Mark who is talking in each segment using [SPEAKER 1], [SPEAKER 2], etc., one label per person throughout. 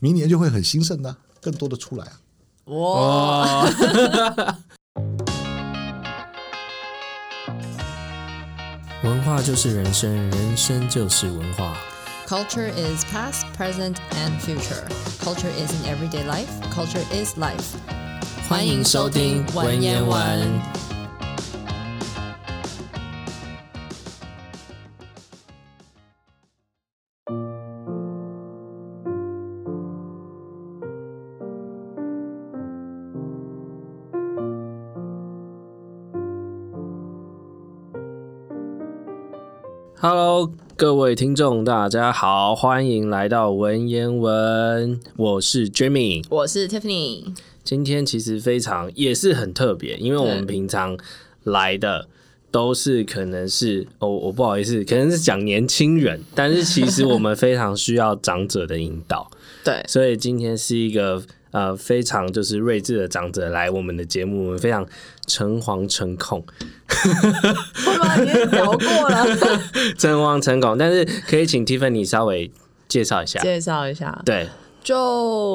[SPEAKER 1] 明年就会很兴盛的啊、更多的出来啊。
[SPEAKER 2] 哇，
[SPEAKER 3] 哦，文化就是人生，人生就是文化。
[SPEAKER 2] Culture is past, present, and future. Culture is in everyday life. Culture is life.
[SPEAKER 3] 欢迎收听文言文。Hello，各位听众，大家好，欢迎来到文言文，我是 Jimmy。
[SPEAKER 2] 我是 Tiffany，
[SPEAKER 3] 今天其实非常也是很特别，因为我们
[SPEAKER 2] 对
[SPEAKER 3] 平常来的都是可能是哦，我不好意思，可能是讲年轻人，但是其实我们非常需要长者的引导，
[SPEAKER 2] 对，
[SPEAKER 3] 所以今天是一个呃非常就是睿智的长者来我们的节目，我们非常诚惶诚恐，
[SPEAKER 2] 我把你聊过了，
[SPEAKER 3] 诚惶诚恐，但是可以请 Tiffany 稍微介绍一 下，
[SPEAKER 2] 介绍一下，
[SPEAKER 3] 对，
[SPEAKER 2] 就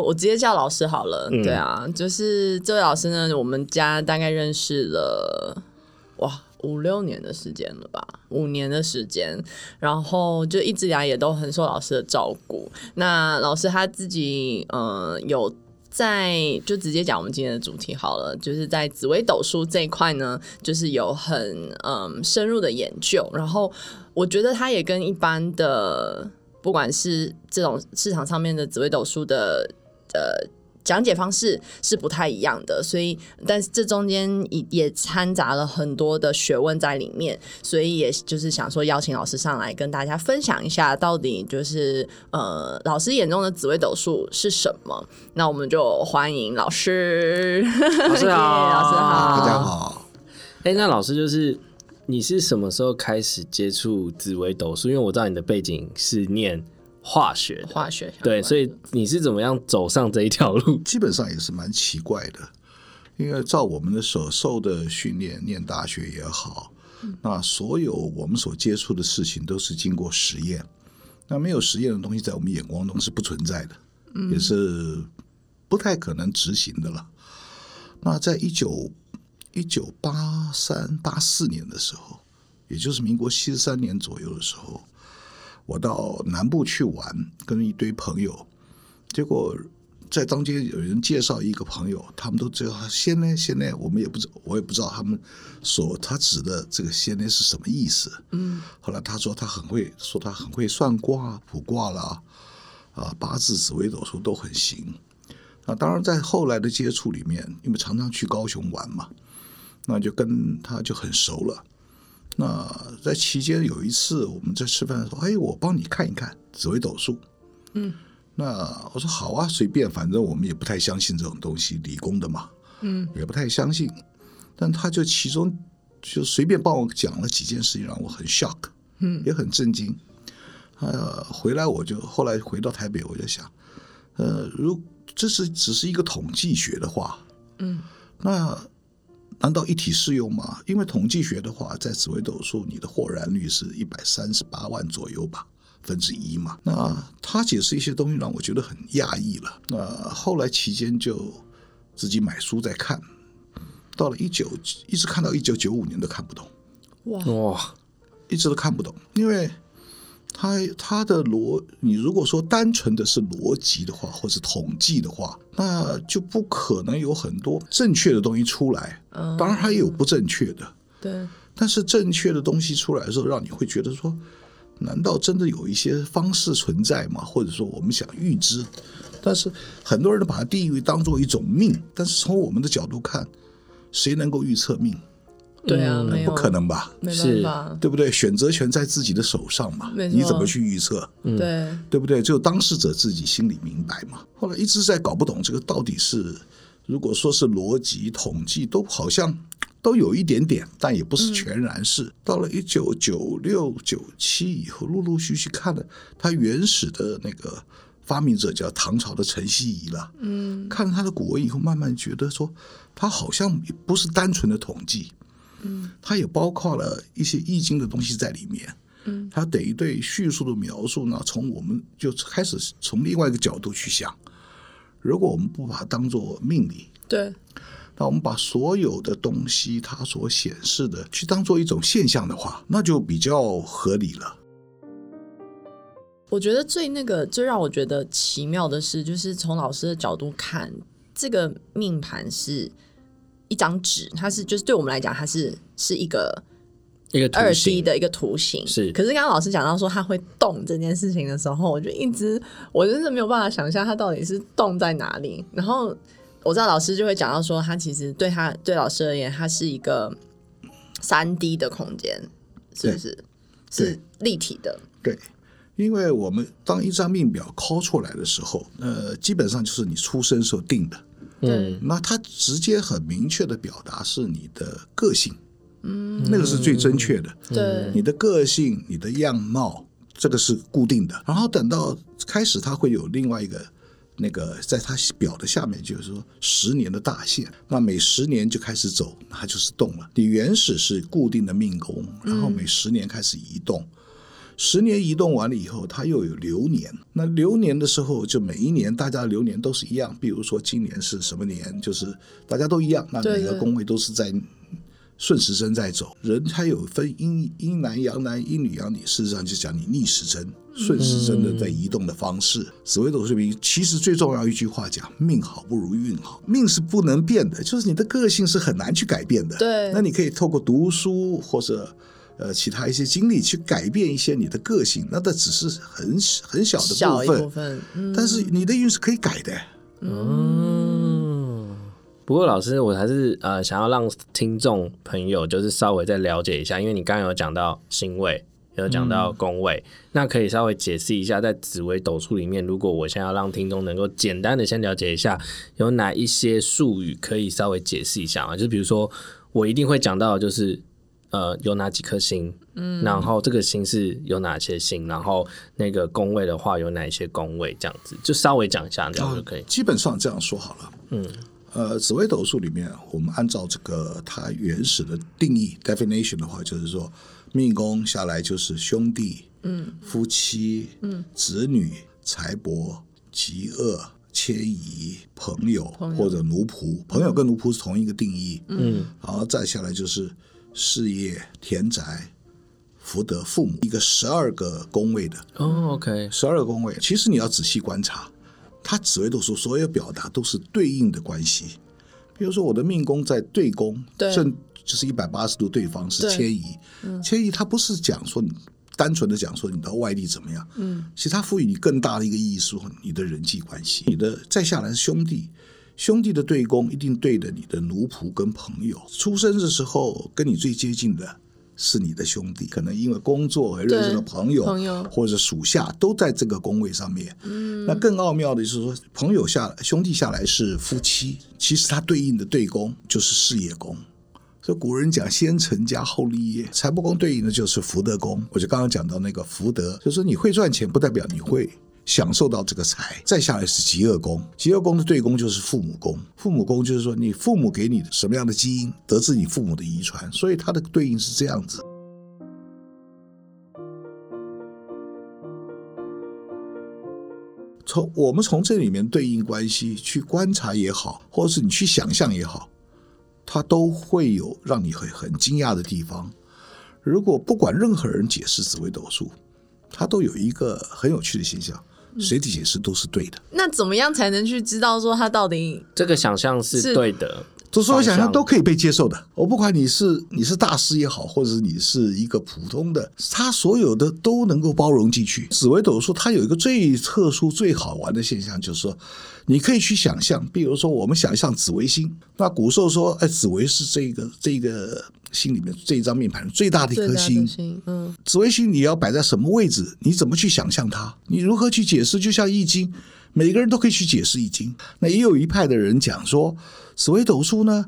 [SPEAKER 2] 我直接叫老师好了。
[SPEAKER 3] 嗯
[SPEAKER 2] 对啊，就是这位老师呢，我们家大概认识了哇五六年的时间了吧，五年的时间，然后就一直以来也都很受老师的照顾。那老师他自己嗯、呃有。在就直接讲我们今天的主题好了，就是在紫微斗数这一块呢，就是有很嗯深入的研究，然后我觉得它也跟一般的不管是这种市场上面的紫微斗数的呃讲解方式是不太一样的，所以但是这中间也也掺杂了很多的学问在里面，所以也就是想说邀请老师上来跟大家分享一下，到底就是呃老师眼中的紫微斗数是什么？那我们就欢迎老 师，
[SPEAKER 3] 老师
[SPEAKER 2] 耶
[SPEAKER 3] 好，
[SPEAKER 2] 老师好
[SPEAKER 1] 啊大家好，
[SPEAKER 3] 哎、那老师就是你是什么时候开始接触紫微斗数？因为我知道你的背景是念化学的，
[SPEAKER 2] 化学
[SPEAKER 3] 对，所
[SPEAKER 2] 以
[SPEAKER 3] 以你是怎么样走上这一条路？
[SPEAKER 1] 基本上也是蛮奇怪的，因为照我们的所受的训练，念大学也好，那所有我们所接触的事情都是经过实验，那没有实验的东西在我们眼光中是不存在的，也是不太可能执行的了。那在一九一九八三八四年的时候，也就是民国七十三年左右的时候，我到南部去玩，跟一堆朋友，结果在当街有人介绍一个朋友，他们都知道他先呢，先呢，我们也不知，我也不知道他们所他指的这个先呢是什么意思。嗯，后来他说他很会，说他很会算卦、卜卦啦，啊，八字、紫微斗数都很行。那当然，在后来的接触里面，因为常常去高雄玩嘛，那就跟他就很熟了。那在期间有一次我们在吃饭的时候，哎，我帮你看一看紫微斗数。那我说好啊，随便，反正我们也不太相信这种东西，理工的嘛，嗯，也不太相信。但他就其中就随便帮我讲了几件事情，让我很 shock，嗯，也很震惊。呃，回来我就后来回到台北，我就想，呃，如这是只是一个统计学的话，嗯，那难道一体适用吗？因为统计学的话，在紫微斗数，你的豁然率是一百三十八万左右吧，分之一嘛。那他解释一些东西让我觉得很讶异了。那后来期间就自己买书在看，到了一九一直看到一九九五年都看不懂，
[SPEAKER 2] 哇，
[SPEAKER 3] 哇，
[SPEAKER 1] 一直都看不懂，因为。他他的逻，你如果说单纯的是逻辑的话，或是统计的话，那就不可能有很多正确的东西出来。
[SPEAKER 2] 嗯
[SPEAKER 1] 当然，它也有不正确的，
[SPEAKER 2] 对
[SPEAKER 1] 但是正确的东西出来的时候，让你会觉得说，难道真的有一些方式存在吗？或者说我们想预知，但是很多人都把它定义当做一种命，但是从我们的角度看，谁能够预测命？
[SPEAKER 2] 对啊，
[SPEAKER 3] 嗯
[SPEAKER 2] 没有
[SPEAKER 1] 不可，能吧？
[SPEAKER 2] 没
[SPEAKER 3] 是
[SPEAKER 2] 办法，
[SPEAKER 1] 对不对？选择权在自己的手上嘛，
[SPEAKER 2] 没错
[SPEAKER 1] 你怎么去预测？
[SPEAKER 2] 对。
[SPEAKER 1] 对不对？只有当事者自己心里明白嘛。后来一直在搞不懂这个到底是，如果说是逻辑统计，都好像都有一点点，但也不是全然是。到了一九九六九七以后，陆陆续续看了他原始的那个发明者叫唐朝的陈希夷了。嗯，看了他的古文以后，慢慢觉得说，他好像也不是单纯的统计，嗯，它也包括了一些易经的东西在里面。他等于对叙述的描述呢，从我们就开始从另外一个角度去想，如果我们不把它当做命理，
[SPEAKER 2] 对，
[SPEAKER 1] 那我们把所有的东西它所显示的去当做一种现象的话，那就比较合理了。
[SPEAKER 2] 我觉得最那个最让我觉得奇妙的是，就是从老师的角度看，这个命盘是一张纸，它是就是对我们来讲，它是是一个
[SPEAKER 3] 一个图
[SPEAKER 2] 二 D
[SPEAKER 3] 形
[SPEAKER 2] 的一个图形。
[SPEAKER 3] 是
[SPEAKER 2] 可是刚刚老师讲到说它会动这件事情的时候，我就一直我真的没有办法想象它到底是动在哪里。然后我知道老师就会讲到说，它其实对他对老师而言，它是一个三 D 的空间，是不是？是
[SPEAKER 1] 对
[SPEAKER 2] 立体的，
[SPEAKER 1] 对，因为我们当一张命表抠出来的时候，呃，基本上就是你出生时候定的，
[SPEAKER 3] 嗯，
[SPEAKER 1] 那它直接很明确的表达是你的个性，嗯，那个是最正确的。
[SPEAKER 2] 对
[SPEAKER 1] 你的个性、你的样貌，这个是固定的。然后等到开始，它会有另外一个那个，在它表的下面就是说十年的大限，那每十年就开始走，那它就是动了。你原始是固定的命宫，
[SPEAKER 2] 嗯
[SPEAKER 1] 然后每十年开始移动。十年移动完了以后，它又有流年。那流年的时候，就每一年大家的流年都是一样。比如说今年是什么年，就是大家都一样，那
[SPEAKER 2] 对
[SPEAKER 1] 每个
[SPEAKER 2] 对
[SPEAKER 1] 宫位都是在顺时针在走。人他有分阴阴男、阳男、阴女、阳女，事实上就讲你逆时针、顺时针的在移动的方式。紫微斗数命其实最重要一句话讲：命好不如运好，命是不能变的，就是你的个性是很难去改变的。
[SPEAKER 2] 对
[SPEAKER 1] 那你可以透过读书或者。呃，其他一些经历去改变一些你的个性，那这只是很很小
[SPEAKER 2] 小
[SPEAKER 1] 的
[SPEAKER 2] 一
[SPEAKER 1] 部分，
[SPEAKER 2] 部分，嗯，
[SPEAKER 1] 但是你的运是可以改的。
[SPEAKER 3] 不过老师，我还是呃想要让听众朋友就是稍微再了解一下，因为你刚刚有讲到星位，有讲到宫位，那可以稍微解释一下，在紫微斗数里面，如果我现在要让听众能够简单的先了解一下，有哪一些术语可以稍微解释一下啊？就是比如说我一定会讲到的就是。呃，有哪几颗星？嗯，然后这个星是有哪些星？然后那个宫位的话，有哪一些宫位？这样子就稍微讲一下，这样就可以。
[SPEAKER 1] 哦基本上这样说好了。嗯，呃，紫微斗数里面，我们按照这个它原始的定义 definition 的话，就是说命宫下来就是兄弟、嗯、夫妻、嗯、子女、财帛、极恶。迁移、朋友
[SPEAKER 2] 朋友
[SPEAKER 1] 或者奴仆，朋友跟奴仆是同一个定义。嗯，然后再下来就是事业、田宅、福德、父母，一个十二个宫位的。
[SPEAKER 3] 哦，OK，
[SPEAKER 1] 十二个宫位，其实你要仔细观察，它紫微斗数所有表达都是对应的关系。比如说我的命宫在对宫，
[SPEAKER 2] 对
[SPEAKER 1] 正就是一百八十度对方是
[SPEAKER 2] 对嗯
[SPEAKER 1] 迁移，迁移它不是讲说你单纯的讲说你到外地怎么样，嗯，其实它赋予你更大的一个意义是说你的人际关系，你的再下来是兄弟。兄弟的对宫一定对着你的奴仆跟朋友。出生的时候跟你最接近的是你的兄弟，可能因为工作而认识
[SPEAKER 2] 对
[SPEAKER 1] 了朋友，
[SPEAKER 2] 朋友
[SPEAKER 1] 或者属下都在这个宫位上面。嗯，那更奥妙的就是说，朋友下来，兄弟下来是夫妻，其实它对应的对宫就是事业宫。所以古人讲先成家后立业，财帛宫对应的就是福德宫。我就刚刚讲到那个福德，就是说你会赚钱，不代表你会享受到这个财。再下来是极恶宫，极恶宫的对宫就是父母宫，父母宫就是说你父母给你什么样的基因，得知你父母的遗传，所以它的对应是这样子。从我们从这里面对应关系去观察也好，或者是你去想象也好，它都会有让你很很惊讶的地方。如果不管任何人解释紫微斗数，它都有一个很有趣的现象，谁的解释都是对的，
[SPEAKER 2] 那怎么样才能去知道说它到底
[SPEAKER 3] 这个想象是
[SPEAKER 2] 是
[SPEAKER 3] 对的，
[SPEAKER 1] 就所有想象
[SPEAKER 3] 方向
[SPEAKER 1] 都可以被接受的。我不管你是你是大师也好，或者是你是一个普通的，它所有的都能够包容进去。紫微斗数它有一个最特殊、最好玩的现象，就是说，你可以去想象，比如说我们想象紫微星，那古兽说，哎，紫微是这个这个星里面这一张命盘最大的一
[SPEAKER 2] 最
[SPEAKER 1] 颗
[SPEAKER 2] 大
[SPEAKER 1] 星
[SPEAKER 2] 的，星？嗯，
[SPEAKER 1] 紫微星你要摆在什么位置？你怎么去想象它？你如何去解释？就像易经，每个人都可以去解释易经。那也有一派的人讲说，紫微斗数呢，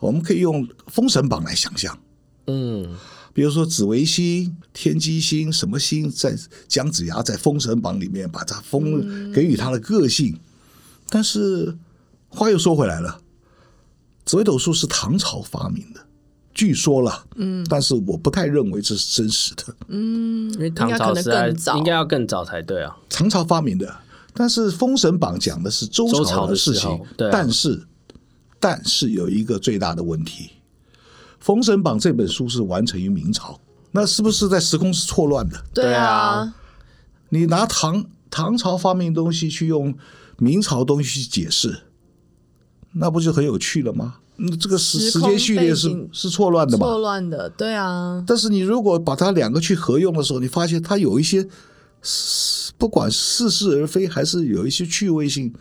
[SPEAKER 1] 我们可以用封神榜来想象。
[SPEAKER 3] 嗯，
[SPEAKER 1] 比如说紫微星、天机星什么星，在姜子牙在《封神榜》里面把它封给予他的个性。但是话又说回来了，紫微斗数是唐朝发明的，据说啦，嗯，但是我不太认为这是真实的。
[SPEAKER 3] 因为
[SPEAKER 2] 嗯
[SPEAKER 3] 唐
[SPEAKER 2] 应该
[SPEAKER 3] 朝
[SPEAKER 2] 可能
[SPEAKER 3] 时代
[SPEAKER 2] 更早
[SPEAKER 3] 应该要更早才对啊，
[SPEAKER 1] 唐朝发明的。但是《封神榜》讲的是周
[SPEAKER 3] 周
[SPEAKER 1] 朝
[SPEAKER 3] 朝的
[SPEAKER 1] 事
[SPEAKER 3] 时
[SPEAKER 1] 情
[SPEAKER 3] 候，对啊
[SPEAKER 1] 但是但是有一个最大的问题，《封神榜》这本书是完成于明朝，那是不是在时空是错乱的？
[SPEAKER 2] 对
[SPEAKER 3] 对
[SPEAKER 2] 啊
[SPEAKER 3] 啊，
[SPEAKER 1] 你拿唐唐朝发明的东西去用明朝东西去解释，那不就很有趣了吗？嗯，这个时
[SPEAKER 2] 时
[SPEAKER 1] 时
[SPEAKER 2] 空
[SPEAKER 1] 间序列
[SPEAKER 2] 背
[SPEAKER 1] 是
[SPEAKER 2] 景
[SPEAKER 1] 是错乱的嘛？
[SPEAKER 2] 错乱的，对啊，
[SPEAKER 1] 但是你如果把它两个去合用的时候，你发现它有一些，不管似是而非，还是有一些趣味性，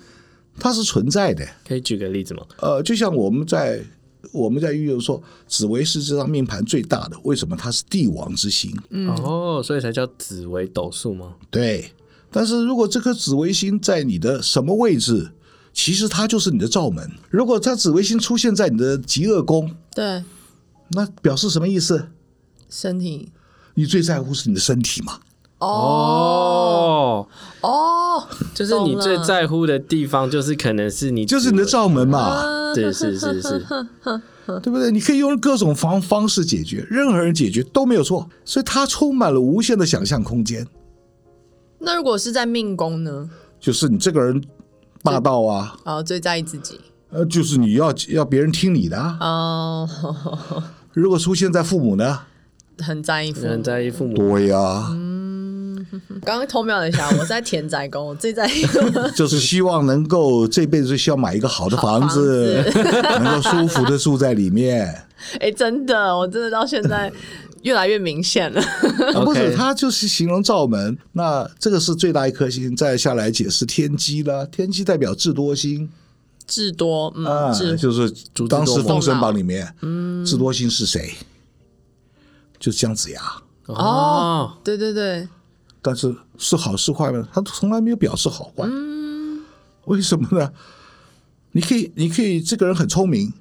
[SPEAKER 1] 它是存在的。
[SPEAKER 3] 可以举个例子吗？
[SPEAKER 1] 呃，就像我们在我们在运用说，紫薇是这张命盘最大的，为什么它是帝王之星？
[SPEAKER 2] 嗯
[SPEAKER 3] 哦，所以才叫紫微斗数吗？
[SPEAKER 1] 对。但是如果这颗紫微星在你的什么位置，其实它就是你的罩门。如果它紫微星出现在你的极恶宫，
[SPEAKER 2] 对，
[SPEAKER 1] 那表示什么意思？
[SPEAKER 2] 身体
[SPEAKER 1] 你最在乎是你的身体嘛？
[SPEAKER 2] 哦
[SPEAKER 3] 哦，
[SPEAKER 2] 哦，
[SPEAKER 3] 就是你最在乎的地方，就是可能是你
[SPEAKER 1] 就是你的
[SPEAKER 3] 紫
[SPEAKER 1] 罩门嘛。
[SPEAKER 3] 微，是是是是，
[SPEAKER 1] 对不对？你可以用各种方方式解决，任何人解决都没有错，所以它充满了无限的想象空间。
[SPEAKER 2] 那如果是在命宫呢？
[SPEAKER 1] 就是你这个人霸道啊，
[SPEAKER 2] 哦，最在意自己
[SPEAKER 1] 呃，就是你要要别人听你的啊。
[SPEAKER 2] 哦，
[SPEAKER 1] 如果出现在父母呢？
[SPEAKER 2] 很在意父母
[SPEAKER 3] 很。在意父母。
[SPEAKER 1] 对呀、
[SPEAKER 2] 刚刚偷瞄了一下，我是在田宅宫，我最在意 我的
[SPEAKER 1] 就是希望能够这辈子需要买一个好的房子，能够舒服的住在里 面。
[SPEAKER 2] 哎、真的，我真的到现在越来越明显了。
[SPEAKER 1] 啊不是，
[SPEAKER 3] OK
[SPEAKER 1] 它就是形容罩门。那这个是最大一颗星，再下来解释天机啦，天机代表智多星。
[SPEAKER 2] 智多，嗯，
[SPEAKER 1] 啊，
[SPEAKER 2] 智
[SPEAKER 1] 就是
[SPEAKER 3] 竹子
[SPEAKER 1] 当时《
[SPEAKER 3] 多
[SPEAKER 1] 封
[SPEAKER 2] 梦
[SPEAKER 1] 神榜》里面，智多星是谁？就是姜子牙，
[SPEAKER 3] 哦，
[SPEAKER 2] 对对对，
[SPEAKER 1] 但是是好是坏呢？他从来没有表示好坏。嗯为什么呢？你可以，你可以，这个人很聪明，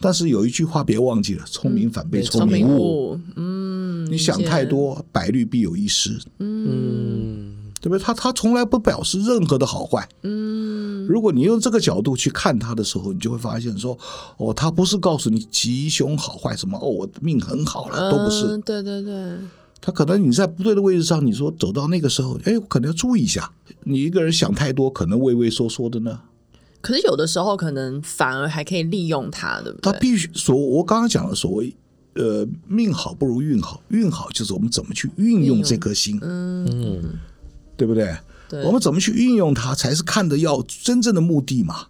[SPEAKER 1] 但是有一句话别忘记了：聪明反被聪
[SPEAKER 2] 明
[SPEAKER 1] 误。
[SPEAKER 2] 物，嗯，
[SPEAKER 1] 你想
[SPEAKER 2] 理解
[SPEAKER 1] 太，多，百虑必有一失。嗯，对不对？他他从来不表示任何的好坏。嗯，如果你用这个角度去看他的时候，你就会发现说，哦，他不是告诉你吉凶好坏什么，哦，我命很好了，都不是。
[SPEAKER 2] 嗯对对对，
[SPEAKER 1] 他可能你在不对的位置上，你说走到那个时候，哎，我可能要注意一下。你一个人想太多，可能畏畏缩缩的呢。
[SPEAKER 2] 可是有的时候可能反而还可以利用它，对不
[SPEAKER 1] 他
[SPEAKER 2] 对？
[SPEAKER 1] 必须所我刚刚讲的所谓。呃，命好不如运好，运好就是我们怎么去运用这颗星，
[SPEAKER 3] 嗯，
[SPEAKER 1] 对不对？
[SPEAKER 2] 对，
[SPEAKER 1] 我们怎么去运用它，才是看得要真正的目的嘛。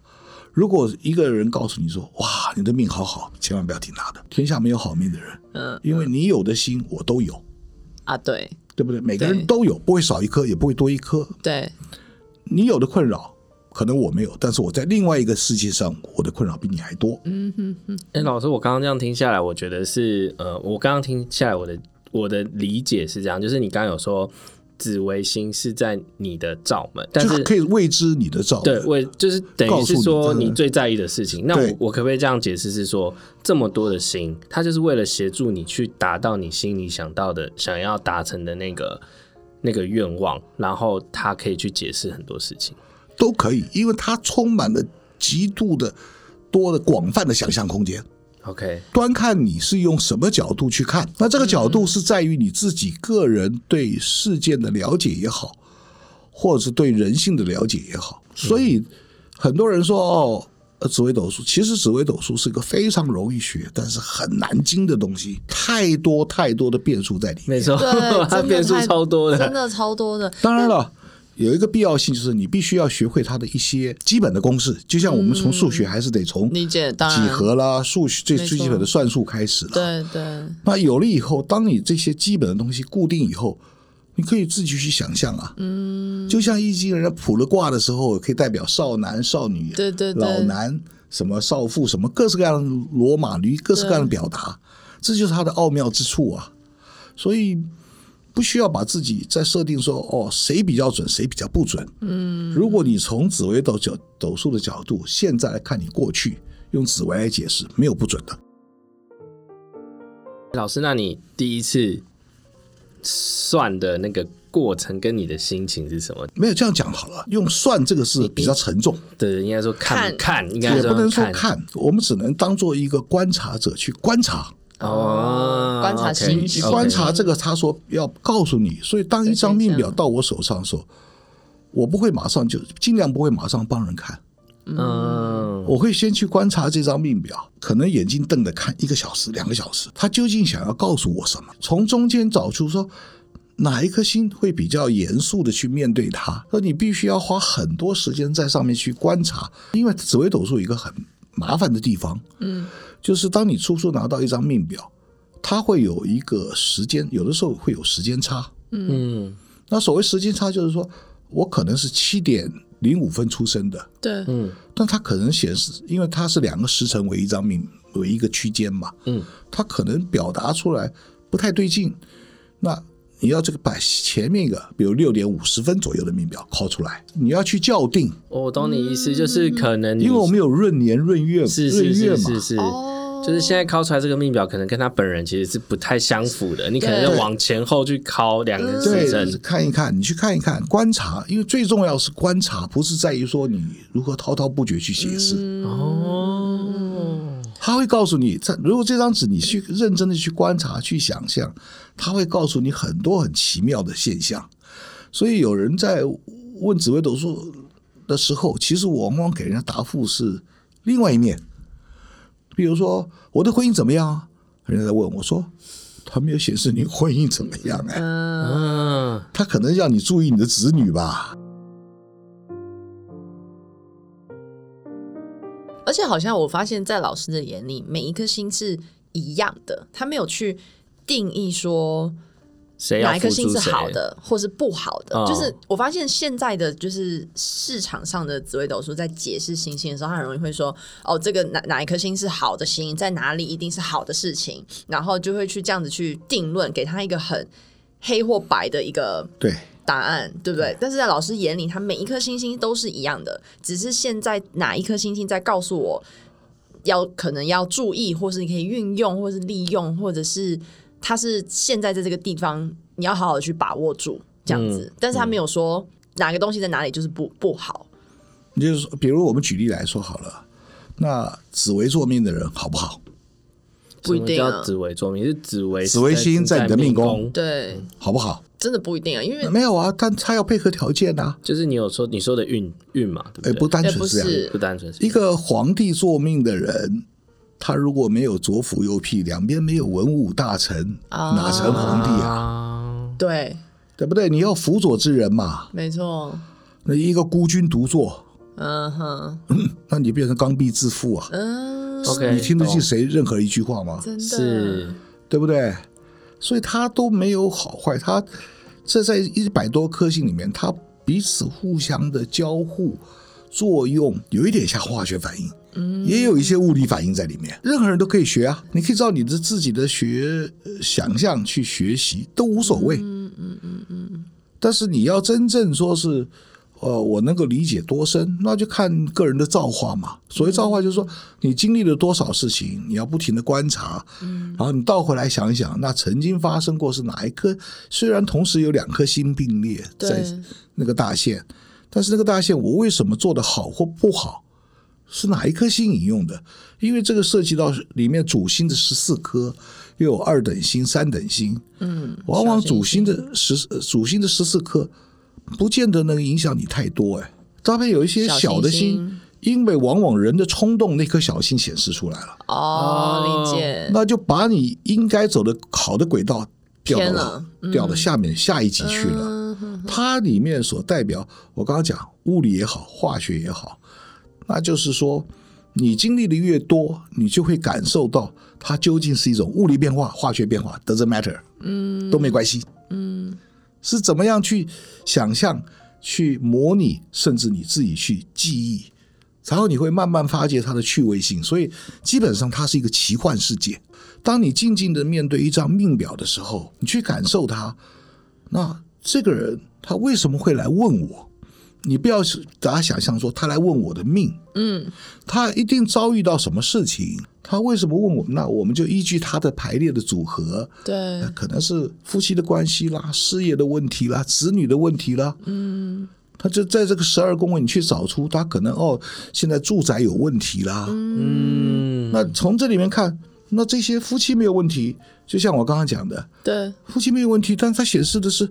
[SPEAKER 1] 如果一个人告诉你说：“哇，你的命好好，千万不要听他的，天下没有好命的人。”
[SPEAKER 2] 嗯，
[SPEAKER 1] 因为你有的心我都有，
[SPEAKER 2] 啊，对
[SPEAKER 1] 对不对？每个
[SPEAKER 2] 对
[SPEAKER 1] 人都有，不会少一颗，也不会多一颗。
[SPEAKER 2] 对，
[SPEAKER 1] 你有的困扰，可能我没有，但是我在另外一个世界上，我的困扰比你还多。
[SPEAKER 3] 哎，老师，我刚刚这样听下来，我觉得是呃，我刚刚听下来，我的我的理解是这样，就是你刚刚有说紫微星是在你的罩门，但
[SPEAKER 1] 就是可以未知你的造
[SPEAKER 3] 对，
[SPEAKER 1] 物。
[SPEAKER 3] 我就是等
[SPEAKER 1] 告
[SPEAKER 3] 于
[SPEAKER 1] 诉
[SPEAKER 3] 是
[SPEAKER 1] 你
[SPEAKER 3] 说
[SPEAKER 1] 真的
[SPEAKER 3] 你最在意的事情。那
[SPEAKER 1] 对
[SPEAKER 3] 我我可不可以这样解释是说，这么多的心，它就是为了协助你去达到你心里想到的、想要达成的那个那个愿望，然后它可以去解释很多事情。
[SPEAKER 1] 都可以，因为它充满了极度的多的广泛的想象空间。
[SPEAKER 3] OK，
[SPEAKER 1] 端看你是用什么角度去看。那这个角度是在于你自己个人对事件的了解也好，或者是对人性的了解也好。所以很多人说哦，呃紫微斗数，其实紫微斗数是一个非常容易学，但是很难精的东西，太多太多的变数在里面。
[SPEAKER 3] 没错
[SPEAKER 2] 对， 真
[SPEAKER 3] 它
[SPEAKER 2] 的
[SPEAKER 3] 变数
[SPEAKER 2] 太
[SPEAKER 3] 超多
[SPEAKER 2] 真
[SPEAKER 3] 的。
[SPEAKER 2] 的超多的，
[SPEAKER 1] 当然了。有一个必要性就是你必须要学会它的一些基本的公式，就像我们从数学还是得从
[SPEAKER 2] 理解当
[SPEAKER 1] 几
[SPEAKER 2] 然
[SPEAKER 1] 何啦、数学最
[SPEAKER 2] 没
[SPEAKER 1] 最基
[SPEAKER 2] 错
[SPEAKER 1] 本的算术开始啦。
[SPEAKER 2] 对对
[SPEAKER 1] 那有了以后，当你这些基本的东西固定以后，你可以自己去想象啊。嗯，就像易经人卜了卦的时候，可以代表少男少女，
[SPEAKER 2] 对对对
[SPEAKER 1] 老男什么少妇什么各式各样的罗马驴，各式各样的表达，这就是它的奥妙之处啊。所以不需要把自己在设定说哦谁比较准，谁比较不准。嗯，如果你从紫微斗角斗数的角度，现在来看你过去，用紫微来解释，没有不准的。
[SPEAKER 3] 老师，那你第一次算的那个过程跟你的心情是什么？
[SPEAKER 1] 没有这样讲好了，用算这个是比较沉重，
[SPEAKER 3] 对，应该说看看，应该
[SPEAKER 1] 也不能说
[SPEAKER 3] 看
[SPEAKER 1] 看，我们只能当做一个观察者去观察，
[SPEAKER 3] 哦，
[SPEAKER 2] 观察
[SPEAKER 3] OK，
[SPEAKER 2] 心
[SPEAKER 1] 去
[SPEAKER 2] 情
[SPEAKER 3] OK
[SPEAKER 1] 观察这个他所要告诉你。所以当一张命表到我手上的时候，我不会马上就尽量不会马上帮人看，
[SPEAKER 3] 嗯，
[SPEAKER 1] 我会先去观察这张命表，可能眼睛瞪着看一个小时、两个小时，他究竟想要告诉我什么？从中间找出说哪一颗星会比较严肃的去面对它，而你必须要花很多时间在上面去观察，因为紫微斗数有一个很麻烦的地方，嗯，就是当你初初拿到一张命表，它会有一个时间，有的时候会有时间差，
[SPEAKER 3] 嗯，
[SPEAKER 1] 那所谓时间差，就是说我可能是七点零五分出生的，
[SPEAKER 2] 对，
[SPEAKER 1] 但它可能显示，因为它是两个时辰为一张命为一个区间嘛，
[SPEAKER 3] 嗯，
[SPEAKER 1] 它可能表达出来不太对劲。那你要这个把前面一个，比如六点五十分左右的命表拷出来，你要去校订，
[SPEAKER 3] 哦我懂你意思，就是可能
[SPEAKER 1] 嗯
[SPEAKER 3] 你
[SPEAKER 1] 因为我们有闰年、闰月、
[SPEAKER 3] 嗯是
[SPEAKER 1] 闰
[SPEAKER 3] 是
[SPEAKER 1] 月
[SPEAKER 3] 是
[SPEAKER 1] 嘛
[SPEAKER 3] 是，嗯是。
[SPEAKER 2] 哦
[SPEAKER 3] 就是现在拷出来这个命表，可能跟他本人其实是不太相符的。你可能
[SPEAKER 2] 对
[SPEAKER 3] 要往前后去拷两个时
[SPEAKER 1] 对，
[SPEAKER 3] 辰，
[SPEAKER 1] 看一看，你去看一看，观察，因为最重要是观察，不是在于说你如何滔滔不绝去解释。
[SPEAKER 2] 嗯
[SPEAKER 3] 哦，
[SPEAKER 1] 他会告诉你，在如果这张纸你去认真的去观察、去想象，他会告诉你很多很奇妙的现象。所以有人在问紫微斗数的时候，其实我往往给人家答复是另外一面。比如说我的婚姻怎么样啊？人家在问我说，他没有显示你婚姻怎么样哎、
[SPEAKER 2] 嗯，
[SPEAKER 3] 嗯，
[SPEAKER 1] 他可能让你注意你的子女吧？
[SPEAKER 2] 而且好像我发现，在老师的眼里，每一颗星是一样的，他没有去定义说
[SPEAKER 3] 谁要
[SPEAKER 2] 哪一颗
[SPEAKER 3] 付
[SPEAKER 2] 星
[SPEAKER 3] 出
[SPEAKER 2] 是
[SPEAKER 3] 谁？
[SPEAKER 2] 好的，或是不好的。
[SPEAKER 3] 哦
[SPEAKER 2] 就是我发现现在的就是市场上的紫微斗数在解释星星的时候，他很容易会说，哦，这个哪哪一颗星是好的星，在哪里一定是好的事情，然后就会去这样子去定论，给他一个很黑或白的一个
[SPEAKER 1] 对，
[SPEAKER 2] 答案，对不
[SPEAKER 1] 嗯
[SPEAKER 2] 对？但是在老师眼里，他每一颗星星都是一样的，只是现在哪一颗星星在告诉我要可能要注意，或是你可以运用，或是利用，或者是它是现在在这个地方，你要好好地去把握住这样子。
[SPEAKER 1] 嗯
[SPEAKER 2] 但是他没有说哪个东西在哪里就是不不好，
[SPEAKER 1] 你就是说比如我们举例来说好了，那紫微做命的人好不好？
[SPEAKER 2] 不一定
[SPEAKER 3] 什么
[SPEAKER 2] 啊
[SPEAKER 3] 叫紫微座命，是紫微
[SPEAKER 1] 紫微星在
[SPEAKER 3] 在
[SPEAKER 1] 你的
[SPEAKER 3] 命
[SPEAKER 1] 命宫
[SPEAKER 3] 宫，
[SPEAKER 2] 对，
[SPEAKER 1] 好不好？
[SPEAKER 2] 真的不一定啊，因为
[SPEAKER 1] 没有啊，但他要配合条件啊。
[SPEAKER 3] 就是你有说你说的运运嘛，对
[SPEAKER 1] 哎，不
[SPEAKER 3] 不对？
[SPEAKER 1] 单
[SPEAKER 2] 呃也不
[SPEAKER 1] 纯是这样。
[SPEAKER 2] 是
[SPEAKER 3] 不单纯是
[SPEAKER 1] 一个皇帝做命的人，他如果没有左辅右弼，两边没有文武大臣，
[SPEAKER 2] 啊
[SPEAKER 1] 哪成皇帝啊？
[SPEAKER 3] 啊，
[SPEAKER 2] 对，
[SPEAKER 1] 对不对？你要辅佐之人嘛。
[SPEAKER 2] 没错，
[SPEAKER 1] 那一个孤军独坐，
[SPEAKER 2] 嗯哼，
[SPEAKER 1] 那你变成刚愎自负啊！
[SPEAKER 2] 嗯，
[SPEAKER 3] OK，
[SPEAKER 1] 你听得
[SPEAKER 3] 懂
[SPEAKER 1] 进谁任何一句话吗？
[SPEAKER 2] 真的
[SPEAKER 3] 是
[SPEAKER 1] 对不对？所以他都没有好坏，他这在一百多颗星里面，他彼此互相的交互作用，有一点像化学反应，嗯，也有一些物理反应在里面。任何人都可以学啊，你可以照你的自己的学呃想象去学习，都无所谓。嗯嗯嗯嗯。但是你要真正说是。呃，我能够理解多深，那就看个人的造化嘛。所谓造化，就是说你经历了多少事情，你要不停的观察，然后你倒回来想一想，那曾经发生过是哪一颗？虽然同时有两颗星并列在
[SPEAKER 2] 对
[SPEAKER 1] 那个大线，但是那个大线我为什么做的好或不好，是哪一颗星引用的？因为这个涉及到里面主星的十四颗，又有二等星、三等星，
[SPEAKER 2] 嗯，
[SPEAKER 1] 往往
[SPEAKER 2] 小心
[SPEAKER 1] 主
[SPEAKER 2] 翼
[SPEAKER 1] 星
[SPEAKER 2] 翼
[SPEAKER 1] 的十呃主星的十四颗，不见得能影响你太多哎。搭配有一些小的
[SPEAKER 2] 小行
[SPEAKER 1] 星，因为往往人的冲动，那颗小星显示出来了。
[SPEAKER 2] 哦，理解，
[SPEAKER 1] 那就把你应该走的好的轨道掉到
[SPEAKER 2] 偏了
[SPEAKER 1] 掉到下面下一级去了。
[SPEAKER 2] 啊嗯哼
[SPEAKER 1] 它里面所代表，我刚刚讲物理也好，化学也好，那就是说，你经历的越多，你就会感受到它究竟是一种物理变化、化学变化，doesn't matter，嗯，都没关系，嗯，是怎么样去想象、去模拟，甚至你自己去记忆。然后你会慢慢发掘它的趣味性，所以基本上它是一个奇幻世界。当你静静的面对一张命表的时候，你去感受它，那这个人他为什么会来问我？你不要是把他想象说他来问我的命，
[SPEAKER 2] 嗯，
[SPEAKER 1] 他一定遭遇到什么事情，他为什么问我们？那我们就依据他的排列的组合，
[SPEAKER 2] 对
[SPEAKER 1] 呃，可能是夫妻的关系啦、事业的问题啦、子女的问题啦，嗯，他就在这个十二宫位，你去找出他可能哦，现在住宅有问题啦，
[SPEAKER 3] 嗯，
[SPEAKER 1] 那从这里面看，那这些夫妻没有问题，就像我刚刚讲的，
[SPEAKER 2] 对，
[SPEAKER 1] 夫妻没有问题，但它显示的是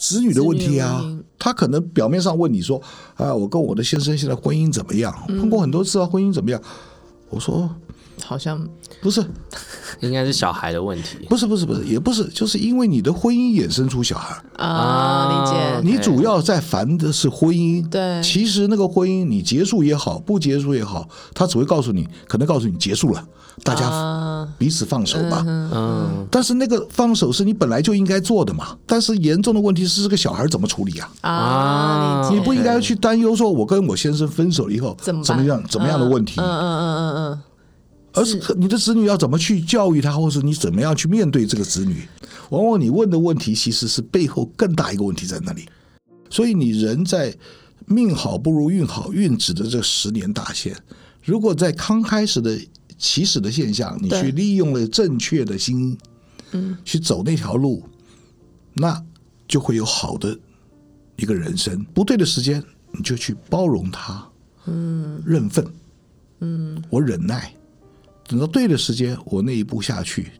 [SPEAKER 1] 子女的问题啊
[SPEAKER 2] 子女的问题，
[SPEAKER 1] 他可能表面上问你说：“啊，我跟我的先生现在婚姻怎么样？”
[SPEAKER 2] 嗯
[SPEAKER 1] 碰过很多次啊，婚姻怎么样？我说
[SPEAKER 2] 好像
[SPEAKER 1] 不是，
[SPEAKER 3] 应该是小孩的问题
[SPEAKER 1] 不是，不是，不是，也不是，就是因为你的婚姻衍生出小孩，
[SPEAKER 2] 啊，理解，
[SPEAKER 3] OK
[SPEAKER 1] 你主要在烦的是婚姻。
[SPEAKER 2] 对
[SPEAKER 1] 其实那个婚姻你结束也好，不结束也好，他只会告诉你，可能告诉你结束了，大家
[SPEAKER 2] 啊，
[SPEAKER 1] 彼此放手吧。
[SPEAKER 3] 嗯，
[SPEAKER 1] 但是那个放手是你本来就应该做的嘛。但是严重的问题是这个小孩怎么处理啊？
[SPEAKER 2] 啊，理解，
[SPEAKER 1] 你不应该去担忧说，我跟我先生分手了以后
[SPEAKER 2] 怎么办
[SPEAKER 1] 怎么样怎么样的问题，
[SPEAKER 2] 嗯嗯嗯嗯
[SPEAKER 1] 而是你的子女要怎么去教育他，或是你怎么样去面对这个子女。往往你问的问题，其实是背后更大一个问题在那里。所以你人在命好不如运好运指的这十年大限，如果在刚开始的起始的现象，你
[SPEAKER 2] 对
[SPEAKER 1] 去利用了正确的心，嗯，去走那条路，那就会有好的一个人生。不对的时间，你就去包容它，嗯，认份，嗯，我忍耐，等到对的时间，我那一步下去，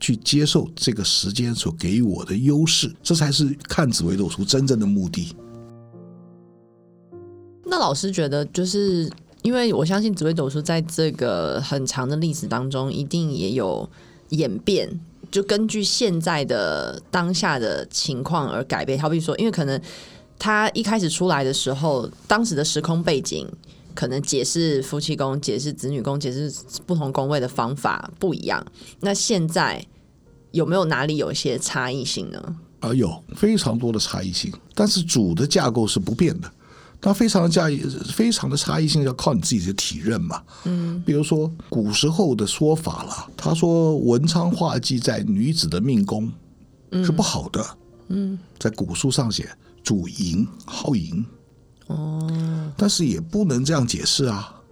[SPEAKER 1] 去接受这个时间所给予我的优势，这才是看紫微斗数真正的目的。
[SPEAKER 2] 嗯。那老师觉得，就是因为我相信紫微斗数在这个很长的历史当中，一定也有演变。就根据现在的当下的情况而改变，好比说，因为可能他一开始出来的时候，当时的时空背景可能解释夫妻宫、解释子女宫、解释不同宫位的方法不一样。那现在有没有哪里有一些差异性呢？
[SPEAKER 1] 啊，有非常多的差异性，但是主的架构是不变的。那非常的差异，非常的差异性要靠你自己的体认嘛。嗯，比如说古时候的说法了，他说文昌化忌在女子的命宫是不好的。嗯，在古书上写主淫好淫。哦，但是也不能这样解释啊，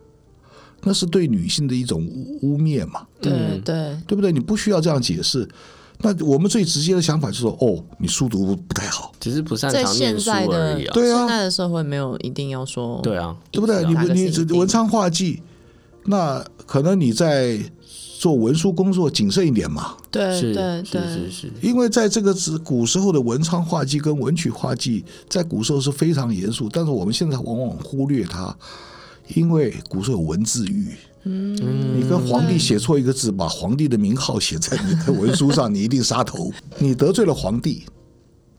[SPEAKER 1] 那是对女性的一种污污蔑嘛。
[SPEAKER 2] 对
[SPEAKER 3] 嗯
[SPEAKER 2] 对，
[SPEAKER 1] 对不对？你不需要这样解释。那我们最直接的想法就是说，哦，你书读不太好，
[SPEAKER 3] 只是不擅
[SPEAKER 2] 在
[SPEAKER 3] 长
[SPEAKER 2] 现
[SPEAKER 3] 念书
[SPEAKER 2] 在的
[SPEAKER 3] 而已啊。
[SPEAKER 1] 对啊
[SPEAKER 2] 现在的社会没有一定要说
[SPEAKER 3] 对啊，
[SPEAKER 1] 对不对？
[SPEAKER 2] 是啊
[SPEAKER 1] 你
[SPEAKER 2] 哪
[SPEAKER 1] 不
[SPEAKER 2] 个是
[SPEAKER 1] 你只
[SPEAKER 2] 一定
[SPEAKER 1] 文昌画技，那可能你在做文书工作谨慎一点嘛，
[SPEAKER 2] 对
[SPEAKER 3] 是
[SPEAKER 2] 对
[SPEAKER 3] 是
[SPEAKER 2] 对
[SPEAKER 3] 是是，
[SPEAKER 1] 因为在这个指古时候的文昌画技跟文曲画技，在古时候是非常严肃，但是我们现在往往忽略它，因为古时候有文字狱。嗯，你跟皇帝写错一个字，把皇帝的名号写在你的文书上，你一定杀头。你得罪了皇帝，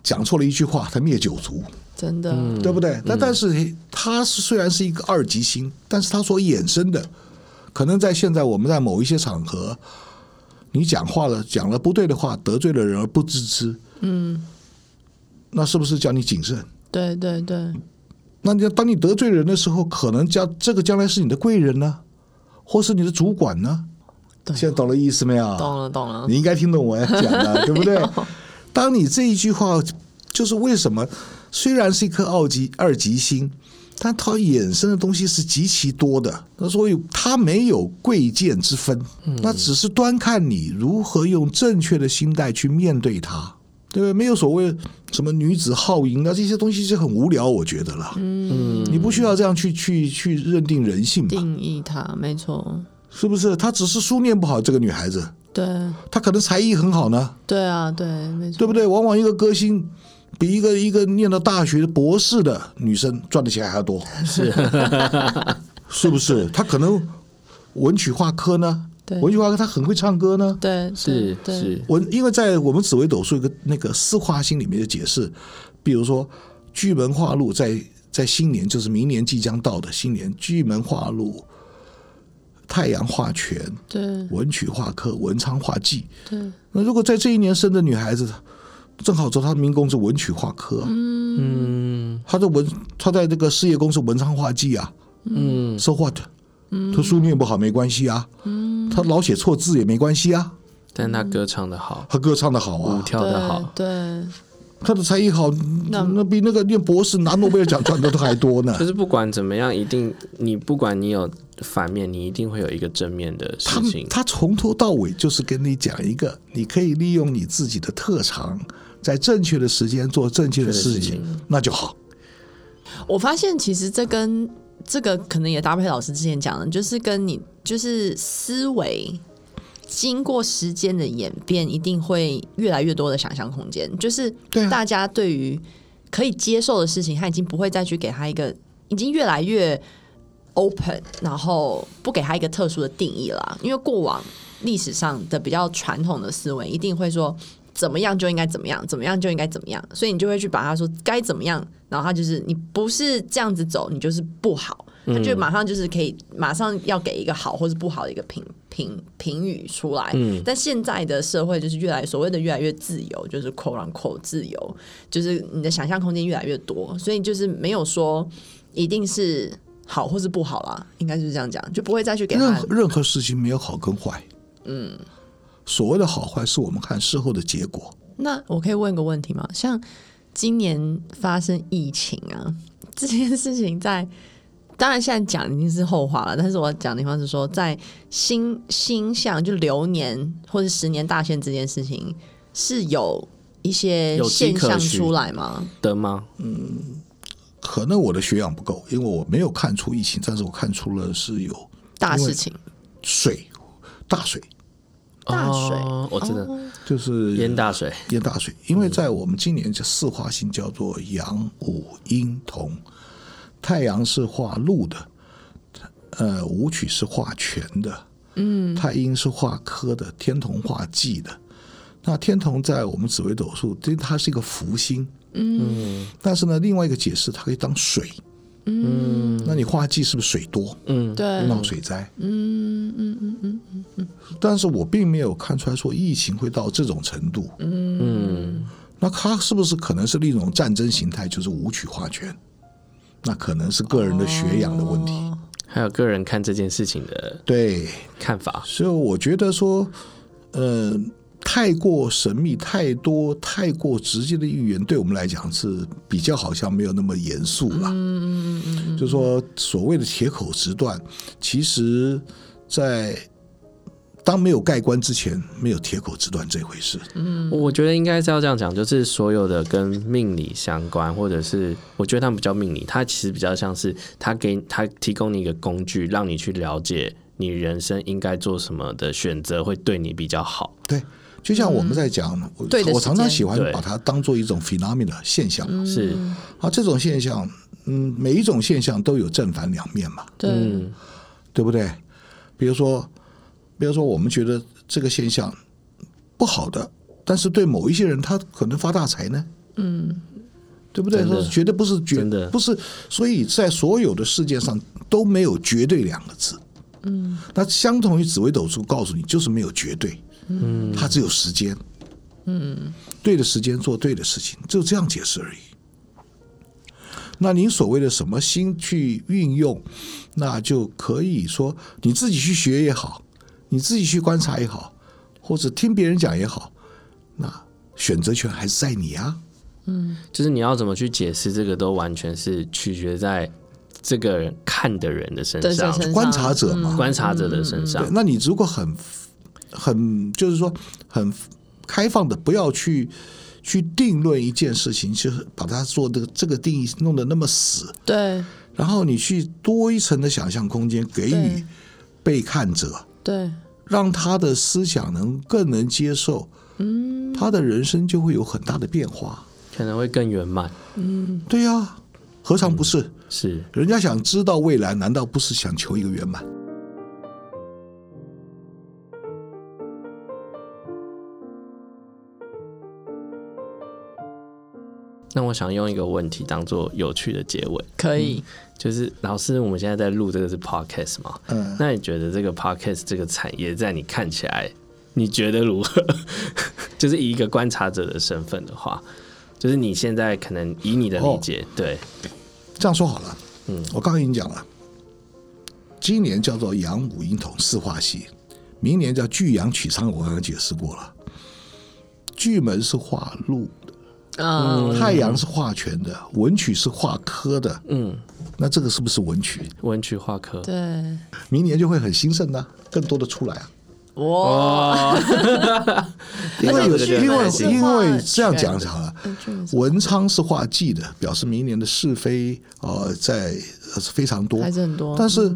[SPEAKER 1] 讲错了一句话，他灭九族。
[SPEAKER 2] 真的、
[SPEAKER 3] 嗯
[SPEAKER 1] 对不对？
[SPEAKER 2] 嗯
[SPEAKER 1] 那但是它是虽然是一个二级星，但是它所衍生的，可能在现在我们在某一些场合，你讲话了，讲了不对的话，得罪了人而不自知，嗯，那是不是叫你谨慎？
[SPEAKER 2] 对对对，
[SPEAKER 1] 那你当你得罪人的时候，可能将这个将来是你的贵人呢，或是你的主管呢？
[SPEAKER 2] 对
[SPEAKER 1] 现在懂了意思没有？
[SPEAKER 2] 懂了懂了，
[SPEAKER 1] 你应该听懂我要讲的，对不对？当你这一句话，就是为什么虽然是一颗二级二级星，但它衍生的东西是极其多的，那所以它没有贵贱之分，那只是端看你如何用正确的心态去面对它。对不对？没有所谓什么女子好淫啊，这些东西是很无聊，我觉得啦。嗯，你不需要这样去去去认定人性吧？
[SPEAKER 2] 定义它没错，
[SPEAKER 1] 是不是？她只是书念不好，这个女孩子，
[SPEAKER 2] 对
[SPEAKER 1] 她可能才艺很好呢。
[SPEAKER 2] 对啊对没错，
[SPEAKER 1] 对不对？往往一个歌星比一个一个念到大学博士的女生赚的钱还要多，是 是不是？她可能文曲化科呢，
[SPEAKER 2] 对
[SPEAKER 1] 文曲化科她很会唱歌呢。
[SPEAKER 2] 对
[SPEAKER 3] 是
[SPEAKER 2] 对对
[SPEAKER 3] 是，
[SPEAKER 1] 文因为在我们紫微斗数一个那个四化星里面的解释，比如说巨门化禄在在新年就是明年即将到的新年，巨门化禄、太阳化权、
[SPEAKER 2] 对
[SPEAKER 1] 文曲化科、文昌化忌，
[SPEAKER 2] 对
[SPEAKER 1] 那如果在这一年生的女孩子，正好走她的民工是文曲化科、啊，
[SPEAKER 3] 嗯
[SPEAKER 1] 她的文她在这个事业宫是文昌化忌啊，
[SPEAKER 3] 嗯，
[SPEAKER 1] so what？她书念不好没关系啊，她老写错字也没关系啊，
[SPEAKER 3] 但他歌唱的好，
[SPEAKER 1] 她歌唱的好
[SPEAKER 3] 舞
[SPEAKER 1] 啊，
[SPEAKER 3] 跳的好，
[SPEAKER 2] 对
[SPEAKER 1] 她的才艺好，
[SPEAKER 2] 那
[SPEAKER 1] 那比那个念博士拿诺贝尔奖赚的都还多呢
[SPEAKER 3] 就。是不管怎么样，一定你不管你有反面，你一定会有一个正面的事
[SPEAKER 1] 他
[SPEAKER 3] 情。
[SPEAKER 1] 他从头到尾就是跟你讲一个，你可以利用你自己的特长，在正确的时间做正确的事
[SPEAKER 3] 正确
[SPEAKER 1] 情
[SPEAKER 3] 的，
[SPEAKER 1] 那就好。
[SPEAKER 2] 我发现其实这跟这个可能也搭配老师之前讲的，就是跟你就是思维。经过时间的演变，一定会越来越多的想象空间，就是
[SPEAKER 1] 对啊
[SPEAKER 2] 大家对于可以接受的事情，他已经不会再去给他一个，已经越来越 open，然后不给他一个特殊的定义啦。因为过往历史上的比较传统的思维，一定会说怎么样就应该怎么样，怎么样就应该怎么样，所以你就会去把他说该怎么样，然后他就是你不是这样子走，你就是不好。他就马上就是可以马上要给一个好或是不好的一个评评评语出来，但现在的社会就是越来所谓的越来越自由，就是 “quote u n q u o t 自由，就是你的想象空间越来越多，所以就是没有说一定是好或是不好啦，应该就是这样讲，就不会再去给
[SPEAKER 1] 任
[SPEAKER 2] 他
[SPEAKER 1] 何任何事情没有好跟坏，嗯，所谓的好坏是我们看事后的结果。
[SPEAKER 2] 那我可以问个问题吗？像今年发生疫情啊， 这件事情在当然现在讲已经是后话了，但是我讲的地方是说，在星星象就流年或者十年大限这件事情是有一些
[SPEAKER 3] 有迹
[SPEAKER 2] 现
[SPEAKER 3] 可
[SPEAKER 2] 象
[SPEAKER 3] 循
[SPEAKER 2] 出来吗？
[SPEAKER 3] 的吗？
[SPEAKER 1] 可能我的学养不够，因为我没有看出疫情，但是我看出了是有
[SPEAKER 2] 大
[SPEAKER 1] 因为
[SPEAKER 2] 事情，
[SPEAKER 1] 水，大水，
[SPEAKER 2] 大水
[SPEAKER 3] 哦我知道
[SPEAKER 2] 哦
[SPEAKER 1] 就是
[SPEAKER 3] 淹大水，
[SPEAKER 1] 淹大水，因为在我们今年这四化星叫做阳午阴同，太阳是化禄的，呃，武曲是化权的，嗯，太阴是化科的，天同化忌的。那天同在我们紫微斗数，这它是一个福星，嗯，但是呢，另外一个解释，它可以当水，嗯，那你化忌是不是水多？
[SPEAKER 4] 对，
[SPEAKER 1] 闹水灾。嗯嗯嗯嗯嗯。但是我并没有看出来说疫情会到这种程度。嗯。那它是不是可能是另一种战争形态，就是武曲化权？那可能是个人的学养的问题。
[SPEAKER 3] 还有个人看这件事情的
[SPEAKER 1] 对，
[SPEAKER 3] 看法，
[SPEAKER 1] 所以我觉得说，呃，太过神秘、太多、太过直接的预言，对我们来讲是比较好像没有那么严肃了。嗯嗯嗯，就说所谓的铁口直断，其实在当没有盖棺之前，没有铁口直断这回事。
[SPEAKER 2] 嗯
[SPEAKER 3] 我觉得应该是要这样讲，就是所有的跟命理相关，或者是我觉得他们比较命理，它其实比较像是他给他提供你一个工具，让你去了解你人生应该做什么的选择会对你比较好。
[SPEAKER 1] 对，就像我们在讲，我
[SPEAKER 2] 嗯对的嗯
[SPEAKER 1] 我常常
[SPEAKER 2] 时间
[SPEAKER 1] 喜欢
[SPEAKER 3] 对
[SPEAKER 1] 把它当做一种 phenomena 现象嘛
[SPEAKER 3] 是，
[SPEAKER 1] 啊，这种现象，嗯，每一种现象都有正反两面嘛。
[SPEAKER 4] 对，
[SPEAKER 3] 嗯，
[SPEAKER 1] 对不对？比如说，比如说，我们觉得这个现象不好的，但是对某一些人，他可能发大财呢。嗯，对不对？
[SPEAKER 3] 真的
[SPEAKER 1] 说绝对不是绝
[SPEAKER 3] 真的
[SPEAKER 1] 不是，所以在所有的世界上都没有绝对两个字。嗯，那相同于紫微斗数告诉你，就是没有绝对。嗯，它只有时间。嗯，对的时间做对的事情，就这样解释而已。那您所谓的什么心去运用，那就可以说你自己去学也好，你自己去观察也好，或者听别人讲也好，那选择权还是在你啊。
[SPEAKER 3] 就是你要怎么去解释这个，都完全是取决在这个人看的人的身
[SPEAKER 4] 对
[SPEAKER 3] 上，
[SPEAKER 4] 身上啊嗯
[SPEAKER 1] 观察者嘛
[SPEAKER 3] 观察者的身上
[SPEAKER 1] 对，。那你如果很很就是说很开放的，不要去去定论一件事情，就是把它做这个这个定义弄得那么死，
[SPEAKER 4] 对
[SPEAKER 1] 然后你去多一层的想象空间，给予
[SPEAKER 4] 对
[SPEAKER 1] 被看者，
[SPEAKER 4] 对，
[SPEAKER 1] 让他的思想能更能接受，嗯，他的人生就会有很大的变化。
[SPEAKER 3] 可能会更圆满。
[SPEAKER 1] 对呀、何尝不是？
[SPEAKER 3] 是，
[SPEAKER 1] 人家想知道未来，难道不是想求一个圆满？
[SPEAKER 3] 那我想用一个问题当做有趣的结尾，
[SPEAKER 4] 可以，
[SPEAKER 3] 就是老师，我们现在在录这个是 podcast 嘛？
[SPEAKER 1] 嗯，
[SPEAKER 3] 那你觉得这个 podcast 这个产业在你看起来，你觉得如何？就是以一个观察者的身份的话，就是你现在可能以你的理解，
[SPEAKER 4] 哦
[SPEAKER 3] 对，
[SPEAKER 1] 这样说好了，
[SPEAKER 3] 嗯，
[SPEAKER 1] 我刚刚已经讲了，今年叫做阳五阴同四化系，明年叫巨阳取仓，我刚刚解释过了。巨门是化禄，
[SPEAKER 2] 啊
[SPEAKER 4] 嗯，
[SPEAKER 1] 太阳是化权的，文曲是化科的，
[SPEAKER 3] 嗯，
[SPEAKER 1] 那这个是不是文曲？
[SPEAKER 3] 文曲化科，
[SPEAKER 4] 对，
[SPEAKER 1] 明年就会很兴盛呢、更多的出来啊。
[SPEAKER 4] 哇，
[SPEAKER 3] 哦，
[SPEAKER 1] 因为有
[SPEAKER 3] 那这个就
[SPEAKER 1] 因为
[SPEAKER 3] 很辛苦
[SPEAKER 1] 因为这样讲好了
[SPEAKER 4] 嗯，
[SPEAKER 1] 文昌是化忌的，表示明年的是非呃在呃非常多
[SPEAKER 4] 还，是很多，
[SPEAKER 1] 但是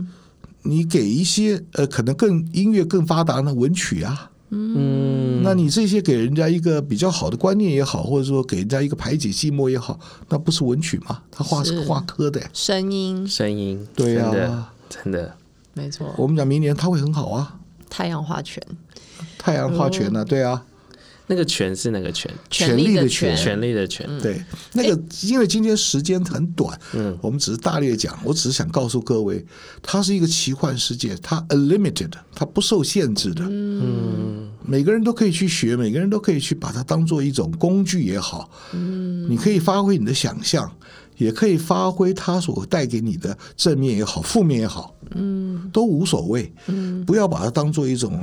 [SPEAKER 1] 你给一些呃，可能更音乐更发达的文曲啊，嗯，那你这些给人家一个比较好的观念也好，或者说给人家一个排解寂寞也好，那不是文曲吗？他画
[SPEAKER 2] 是
[SPEAKER 1] 画科的呀，
[SPEAKER 2] 声音，
[SPEAKER 3] 声音，
[SPEAKER 1] 对呀
[SPEAKER 4] 啊
[SPEAKER 3] 真的真的，
[SPEAKER 2] 没错，
[SPEAKER 1] 我们讲明年他会很好啊，
[SPEAKER 5] 太阳花拳，
[SPEAKER 1] 太阳花拳呢、对啊，
[SPEAKER 3] 那个拳是那个拳，
[SPEAKER 1] 权
[SPEAKER 5] 力
[SPEAKER 1] 力的
[SPEAKER 5] 权，
[SPEAKER 1] 权
[SPEAKER 3] 权力的权，
[SPEAKER 1] 对，那个因为今天时间很短，嗯，我们只是大略讲，我只是想告诉各位，它是一个奇幻世界，它 unlimited，它不受限制的，嗯，每个人都可以去学，每个人都可以去把它当做一种工具也好，嗯，你可以发挥你的想象，也可以发挥它所带给你的正面也好，负面也好，嗯，都无所谓，嗯，不要把它当做一种。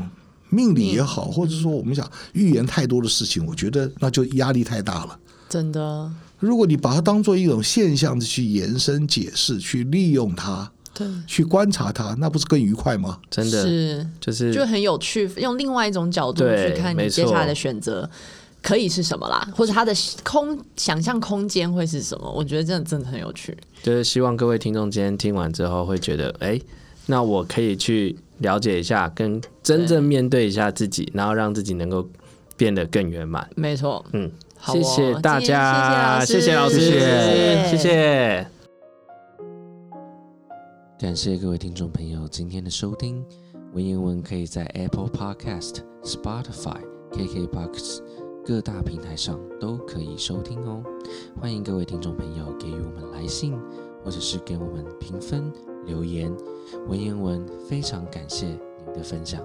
[SPEAKER 1] 命理也好，或者说我们讲预言太多的事情，我觉得那就压力太大了。
[SPEAKER 2] 真的，
[SPEAKER 1] 如果你把它当做一种现象的去延伸解释、去利用它、
[SPEAKER 2] 对，
[SPEAKER 1] 去观察它，那不是更愉快吗？
[SPEAKER 3] 真的
[SPEAKER 2] 是
[SPEAKER 3] 就是
[SPEAKER 5] 就很有趣，用另外一种角度
[SPEAKER 3] 对
[SPEAKER 5] 去看
[SPEAKER 3] 没
[SPEAKER 5] 你
[SPEAKER 3] 错
[SPEAKER 5] 接下来的选择可以是什么啦，或者它的空想象空间会是什么？我觉得真的真的很有趣。
[SPEAKER 3] 就是希望各位听众今天听完之后会觉得，哎、那我可以去了解一下，跟真正面对一下自己，然后让自己能够变得更圆满。
[SPEAKER 5] 没错，
[SPEAKER 3] 嗯，
[SPEAKER 5] 好哦
[SPEAKER 3] 谢谢大家，
[SPEAKER 5] 今天谢
[SPEAKER 3] 谢
[SPEAKER 5] 谢老
[SPEAKER 3] 老
[SPEAKER 5] 师，
[SPEAKER 3] 师，
[SPEAKER 5] 谢
[SPEAKER 3] 谢谢。
[SPEAKER 6] 感谢各位听众朋友今天的收听。文言文可以在 Apple Podcast、Spotify、KKBox 各大平台上都可以收听哦。欢迎各位听众朋友给予我们来信，或者是给我们评分、留言。文言文非常感谢您的分享。